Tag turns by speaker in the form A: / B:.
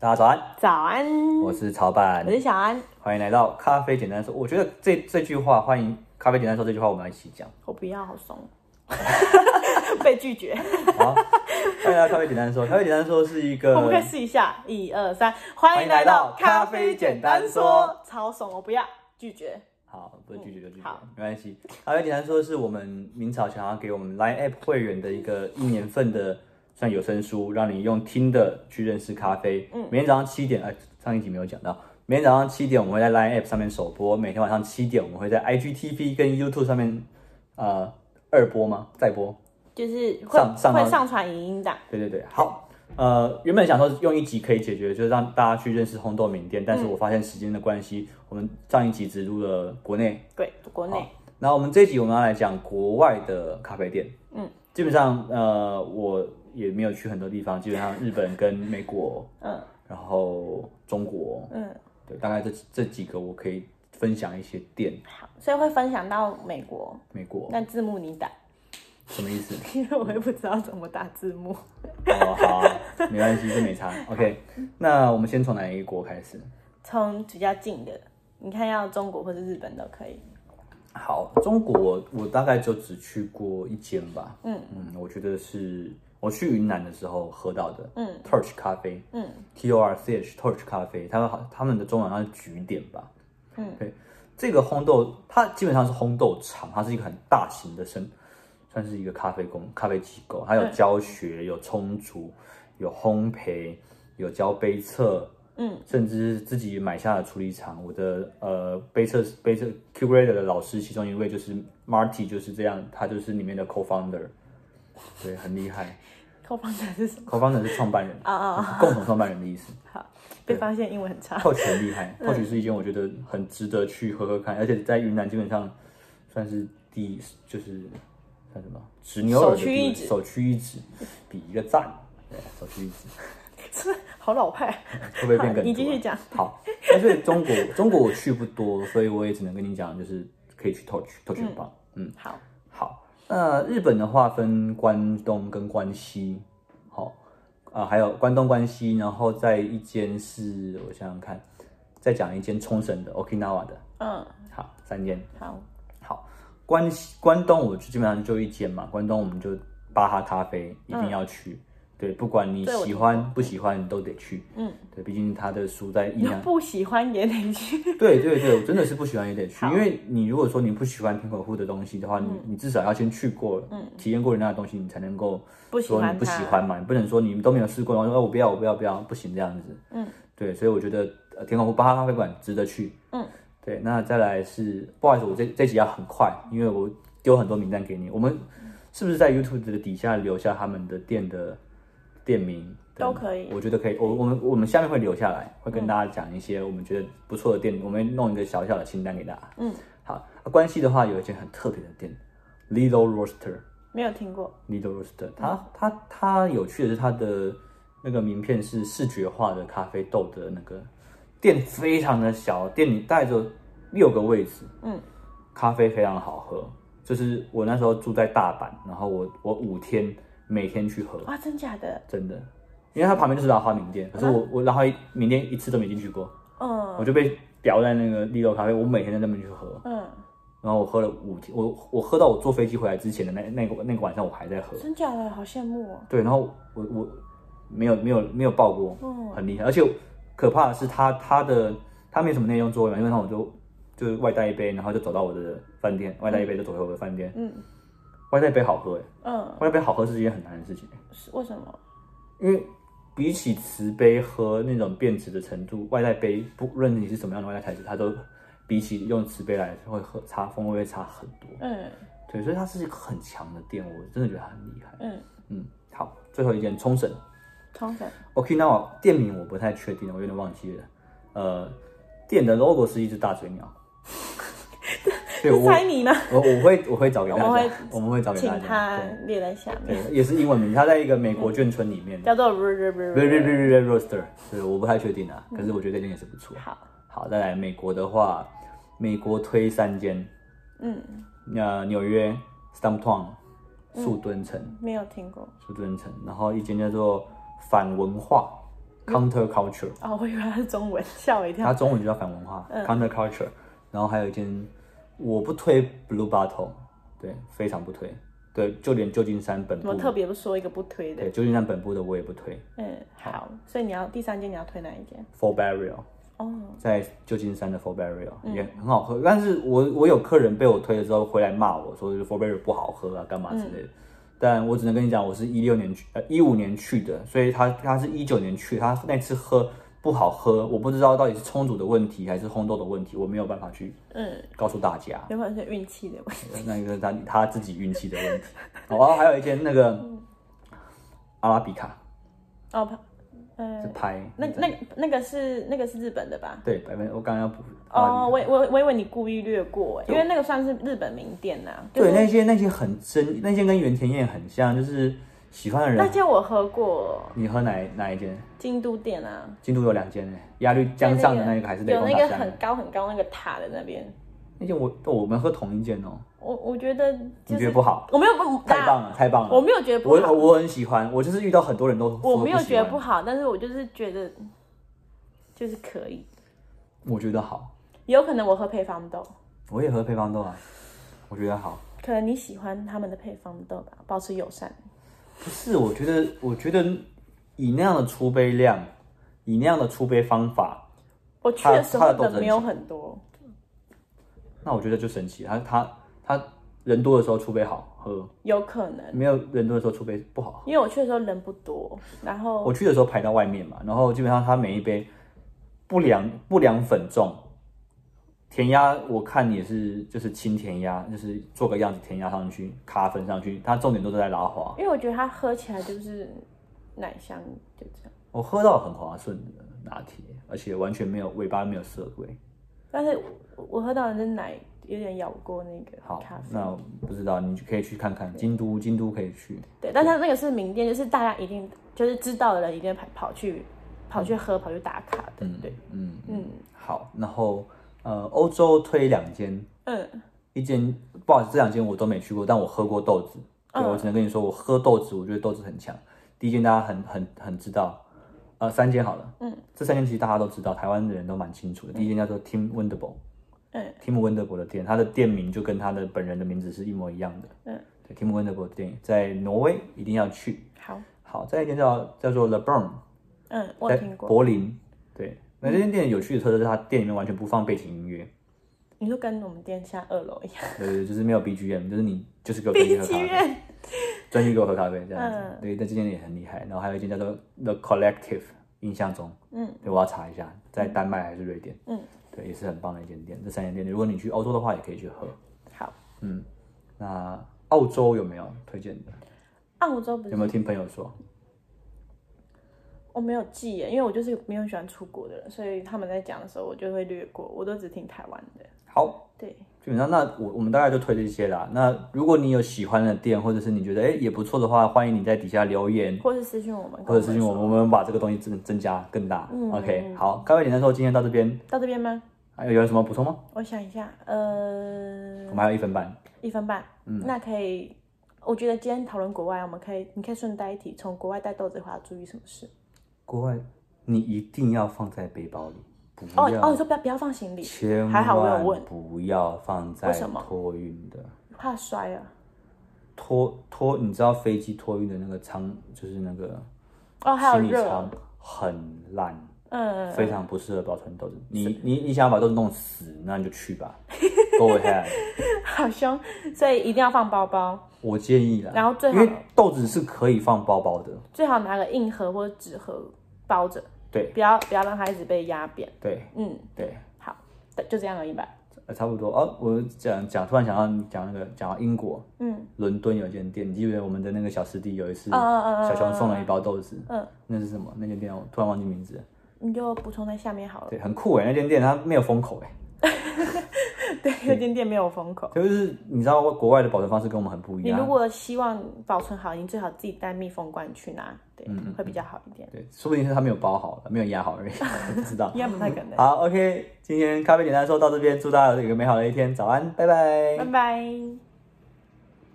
A: 大家早安，
B: 早安，
A: 我是曹板
B: 我，是小安，
A: 欢迎来到咖啡简单说。我觉得这这句话，欢迎咖啡简单说这句话，我们要一起讲。
B: 我不要，好 怂，被拒绝，
A: 好，欢迎来到咖啡简单说。咖啡简单说是一个
B: 我们可以试一下，一二三，欢
A: 迎
B: 迎
A: 来
B: 来
A: 到
B: 到
A: 咖
B: 咖
A: 啡
B: 啡
A: 简
B: 简
A: 单
B: 单
A: 说
B: 说，超怂，我不要，拒绝，
A: 好，不是拒绝就拒绝，
B: 好
A: 没关系。咖啡简单说是我们明朝想要给我们 Line App 会员的一个一年份的算有声书，让你用听的去认识咖啡。嗯，每天早上七点，呃，上一集没有讲到。每天早上七点，我们会在 Line App 上面首播；每天晚上七点，我们会在 IGTV 跟 YouTube 上面，呃，二播吗？再播？
B: 就是会
A: 上上到
B: 会上传影音的，
A: 对对对，好。呃，原本想说用一集可以解决，就是让大家去认识烘豆名店，但是我发现时间的关系，我们上一集只录了国内。
B: 对，国内
A: 然后我们这一集我们要来讲国外的咖啡店。
B: 嗯，
A: 基本上呃，我也没有去很多地方，基本上日本跟美国，
B: 嗯
A: 然后中国，
B: 嗯，
A: 对，大概这这几个我可以分享一些店。
B: 好，所以会分享到美国，
A: 美国
B: 但字幕你打，
A: 什么意思？
B: 因为 我也不知道怎么打字幕。
A: 哦，好啊、没关系，这没差。OK，那我 们先从哪一个国开始？
B: 从比较近的，你看要中国或者日本都可以。
A: 好，中国我大概就只去过一间吧。嗯嗯，我觉得是我去云南的时候喝到的。嗯，Torch 咖啡。嗯，T O R C H Torch 咖啡，他们好，他们的中文好像是橘点吧。嗯，对，这个烘豆它基本上是烘豆厂，它是一个很大型的生，算是一个咖啡工咖啡机构，它有教学、有冲煮、有烘焙、有教杯测。嗯，甚至自己买下了处理厂。我的呃杯测杯测 Q Grader 的老师，其中一位就是 Marty，就是这样，他就是里面的 co-founder，对，很厉 害。
B: 扣方程是什么？
A: co-founder 是创办人
B: 啊啊
A: 共同创办人的意思。
B: 好，被发现英文很 差。
A: 或许很厉害，
B: 嗯
A: 或许是一间我觉得很值得去喝喝看，而且在云南基本上算是第一，就是算什么执牛耳的
B: 首屈一
A: 地位，
B: 指
A: 首屈一指，比一个赞，对，首屈一指。
B: 好老派。
A: 会不会变更多啊？
B: 好你继续讲
A: 好，但是中国中国我去不多，所以我也只能跟你讲，就是可以去 Touch Touch 很棒。嗯，
B: 好，
A: 好。那日本的话分关东跟关西，好、啊、还有关东关西，然后在一间是我想想看，再讲一间冲绳的 Okinawa 的，
B: 嗯，
A: 好，三间。
B: 好，
A: 好，关西关东我就基本上就一间嘛，关东我们就巴哈咖啡一定要去。对，不管你
B: 嗯对我
A: 喜欢不喜欢，你都得去。嗯，对，毕竟它的书在印
B: 你
A: 象。
B: 不喜欢也得 去。
A: 对对对，我真的是不喜欢也得去，因为你如果说你不喜欢天口户的东西的话，
B: 嗯
A: 你你至少要先去过，体验过人家的东西，你才能够
B: 不喜
A: 说
B: 欢
A: 你不喜
B: 它
A: 欢嘛，你不能说你都没有试过，然后说哦我不要我不要不要，不行这样子。嗯，对，所以我觉得呃天口湖巴哈咖啡馆值得去。嗯，对，那再来是不好意思，我这这集要很快，因为我丢很多名单给你，我们是不是在 YouTube 的底下留下他们的店的店名？
B: 都可以嗯
A: 我觉得可以。我我们我们下面会留下来，会跟大家讲一些我们觉得不错的店，我们弄一个小小的清单给大家。嗯，好。啊关系的话，有一间很特别的店，Lido Roaster。
B: 没有听过，
A: Lido
B: 嗯
A: Roaster，它它它有趣的是它的那个名片是视觉化的咖啡豆的那个店非常的小，店里带着六个位置，
B: 嗯，
A: 咖啡非常好喝。就是我那时候住在大阪，然后我我五天每天去喝，
B: 哇，真假的？
A: 真的，因为它旁边就是老花名店，可是我我老花名店一次都没进去过，
B: 嗯
A: 我就被吊在那个 Lido 咖啡，我每天在那边去喝，
B: 嗯，
A: 然后我喝了五天，我我喝到我坐飞机回来之前的那那个那个晚上我还在喝，
B: 真假的，好羡慕哦。
A: 对，然后我我没有没有没有爆过，
B: 嗯
A: 很厉害。而且可怕的是他他的他没什么内用座啊位嘛，因为他我就就是外带一杯，然后就走到我的饭店，外带一杯就走回我的饭店。
B: 嗯
A: 外带一杯好喝哎、
B: 嗯，
A: 外带一杯好喝是一件很难的事情欸、
B: 是为什么？
A: 因为比起瓷杯喝那种变质的程度，外带杯不论你是什么样的外带材质，它都比起用瓷杯来会喝差风味会差很多。
B: 嗯
A: 对，所以它是一个很强的店，我真的觉得它很厉害。
B: 嗯，
A: 嗯，好，最后一件冲绳。
B: 冲绳
A: Okinawa 店名我不太确定，我有点忘记了。呃，店的 logo 是一只大嘴 鸟。对，
B: 是
A: 我
B: 猜你吗？
A: 我我会我会找给大家，
B: 我
A: 我
B: 会
A: 们会找给
B: 请
A: 大家。
B: 他列在下面，
A: 啊对，对，也是英文名，它在一个美国眷村里面。
B: 叫做
A: Red Red Red Red Roaster，对，我不太确定啊，可是我觉得这间也是不错。
B: 好，
A: 好，再来美国的话，美国推三间，
B: 嗯，
A: 呃，纽约 Stumptown 树墩城，
B: 没有听过，
A: 树墩城，然后一间叫做反文化，
B: 嗯
A: counter culture，
B: 哦，我以为它是中文，吓我一跳。
A: 它中文就叫反文化、counter culture。然后还有一间，我不推 Blue Bottle，对，非常不推。对，就连旧金山本
B: 我
A: 部，
B: 特别不说一个不推的。
A: 对旧金山本部的我也不推。
B: 嗯，好，所以你要第三间你要推哪一间？
A: For Burial
B: 哦，
A: 在旧金山的 For Burial、也很好喝，但是我我有客人被我推了之后回来骂我说就是 For Burial 不好喝啊，干嘛之类的。但我只能跟你讲，我是一六年去，呃一五年去的，所以他他是一九年去，他那次喝不好喝，我不知道到底是冲煮的问题还是烘豆的问题，我没有办法去
B: 嗯，
A: 告诉大家。
B: 有可能是运气的问 题。
A: 那个他他自己运气的问题。哦然后还有一件那个阿拉比卡
B: 哦，怕呃
A: 是，拍
B: 那那个那个是那个是日本的吧？
A: 对百分我刚刚要补阿拉
B: 哦，
A: 比
B: 我我我以为你故意略过，欸因为那个算是日本名店啊呐、
A: 卡对那些那些很真那些跟原田燕很像，就是喜欢的
B: 那
A: 人。
B: 间我喝过
A: 你喝哪哪一间？
B: 京都店啊，
A: 京都有两间呢，鸭绿江上的
B: 在
A: 那
B: 那
A: 个还是雷
B: 有
A: 峰
B: 那
A: 塔
B: 个
A: 下
B: 很
A: 面？
B: 高很高那个塔的那边，
A: 那间我我们喝同一间哦，
B: 我我觉得
A: 你
B: 就
A: 觉得
B: 是
A: 不好？
B: 我没有不
A: 太棒了，太棒
B: 我
A: 了！
B: 没有觉得不
A: 我
B: 好，
A: 我很喜欢，我就是遇到很多人都说
B: 我没有
A: 喜
B: 觉得
A: 欢
B: 不，好，但是我就是觉得嗯就是可以，
A: 我觉得好，
B: 有可能我喝配方豆，
A: 我也喝配方豆啊，我觉得好。
B: 可能你喜欢他们的配方豆吧，保持友善。
A: 不是，我觉得，我觉得以那样的出杯量，以那样的出杯方法，
B: 我去的时候
A: 它的豆子
B: 人
A: 很
B: 没有很多，
A: 那我觉得就神奇。他他他人多的时候出杯好喝，
B: 有可能，
A: 没有人多的时候出杯不好
B: 因为我去的时候人不多，然后
A: 喝。我去的时候排到外面嘛，然后基本上他每一杯不良不良粉重，填压我看也是就是轻填压，就是做个样子填压上去，卡粉上去，它重点都是在拉花。
B: 因为我觉得它喝起来就是奶香，就这样。
A: 我喝到很滑顺的拿铁，而且完全没有尾巴没有涩味。
B: 但是我我喝到的是奶有点咬过那个
A: 好
B: 咖，啡，
A: 那我不知道，你可以去看看京都，京都可以去。
B: 对，但它那个是名店，就是大家一定就是知道的人一定跑跑去跑去喝、跑去打卡的，对，
A: 嗯，
B: 嗯
A: 好。然后呃，欧洲推两间，
B: 嗯，
A: 一间不好意思，这两间我都没去过，但我喝过豆子。对，
B: 嗯
A: 我只能跟你说，我喝豆子，我觉得豆子很强。第一间大家很很很知道，呃，三间好了，嗯，这三间其实大家都知道，台湾的人都蛮清楚的。第一间叫做 Tim Wonderful，
B: 嗯
A: ，Tim Wonderful 的店，他的店名就跟他的本人的名字是一模一样的。
B: 嗯，
A: 对，Tim Wonderful 的店在挪威一定要去。
B: 好，
A: 好，再一间叫叫做 Le Bon，
B: 嗯，我
A: 在
B: 有听过。
A: 柏林，对，那这间店有趣的特色是它店里面完全不放背景音乐，
B: 你就跟我们店下二楼一样，
A: 呃，就是没有 BGM，就是你就是给我专心
B: 毕
A: 喝咖
B: 竟
A: 啡，
B: 院
A: 专心给我喝咖啡这样子。
B: 嗯
A: 对，那这间也很厉害。然后还有一间叫做 The Collective，印象中，嗯，对，我要查一下，在丹麦还是瑞典，
B: 嗯，
A: 对，也是很棒的一间店。这三间店，如果你去欧洲的话，也可以去喝。
B: 好，
A: 那澳洲有没有推荐的？
B: 澳洲不
A: 有
B: 是
A: 没有听朋友说？
B: 我没有记耶，因为我就是没有喜欢出国的人，所以他们在讲的时候我就会略过，我都只听台湾的。
A: 好，
B: 对，
A: 基本上，那我我们大概就推这些啦。那如果你有喜欢的店，或者是你觉得哎、诶也不错的话，欢迎你在底下留言，
B: 或是私信我们，
A: 嗯或者私信我
B: 跟
A: 们，我们把这个东西增增加更大。
B: 嗯
A: OK，好，各位点赞说今天到这边，
B: 说到这边吗？
A: 还有有什么补充吗？
B: 我想一下，呃，
A: 我们还有一分半，
B: 一分半，
A: 嗯
B: 那可以。我觉得今天讨论国外，我们可以，你可以顺带一提，从国外带豆子回来注意什么事？
A: 国外你一定要放在背包里，
B: 哦
A: 不
B: 哦，
A: 要，
B: 你说不要不要放行李，
A: 千
B: 还好我有
A: 万
B: 问
A: 不要放在
B: 为什么
A: 托运的。
B: 怕摔啊。
A: 托托，你知道飞机托运的那个舱，就是那个
B: 哦，还有
A: 行李
B: 热
A: 舱，很烂。
B: 嗯，
A: 非常不适合保存豆子。你你你想要把豆子弄死，那你就去吧。Go ahead，
B: 好凶，所以一定要放包包，
A: 我建议啦。
B: 然后最
A: 因
B: 好
A: 为豆子是可以放包包的，
B: 最好拿个硬盒或者纸盒包着，
A: 对
B: 不要不要让它一直被压扁。
A: 对
B: 嗯，
A: 对、
B: 好，就这样而已吧。
A: 呃差不多哦。我讲讲，突然想到讲那个讲到英国，嗯，伦敦有一间店，你记不记得我们的那个小师弟有一次，
B: 嗯嗯嗯嗯
A: 小熊送了一包豆子，
B: 嗯，
A: 那是什么？那间店我突然忘记名字了，
B: 你就补充在下面好了。
A: 对，很酷哎，那间店它没有封口哎。
B: 对，有点点没有封口。
A: 就是你知道国外的保存方式跟我们很不一
B: 你
A: 样
B: 如，果希望保存好，你最好自己带密封罐去拿，对，会比较好一点。
A: 对，说不定是他没有包好了，没有压好而已，我不知道。
B: 应该不太可能。
A: 好，OK，今天咖啡简单说到这边，祝大家有一个美好的一天，早安，拜拜
B: 拜。拜。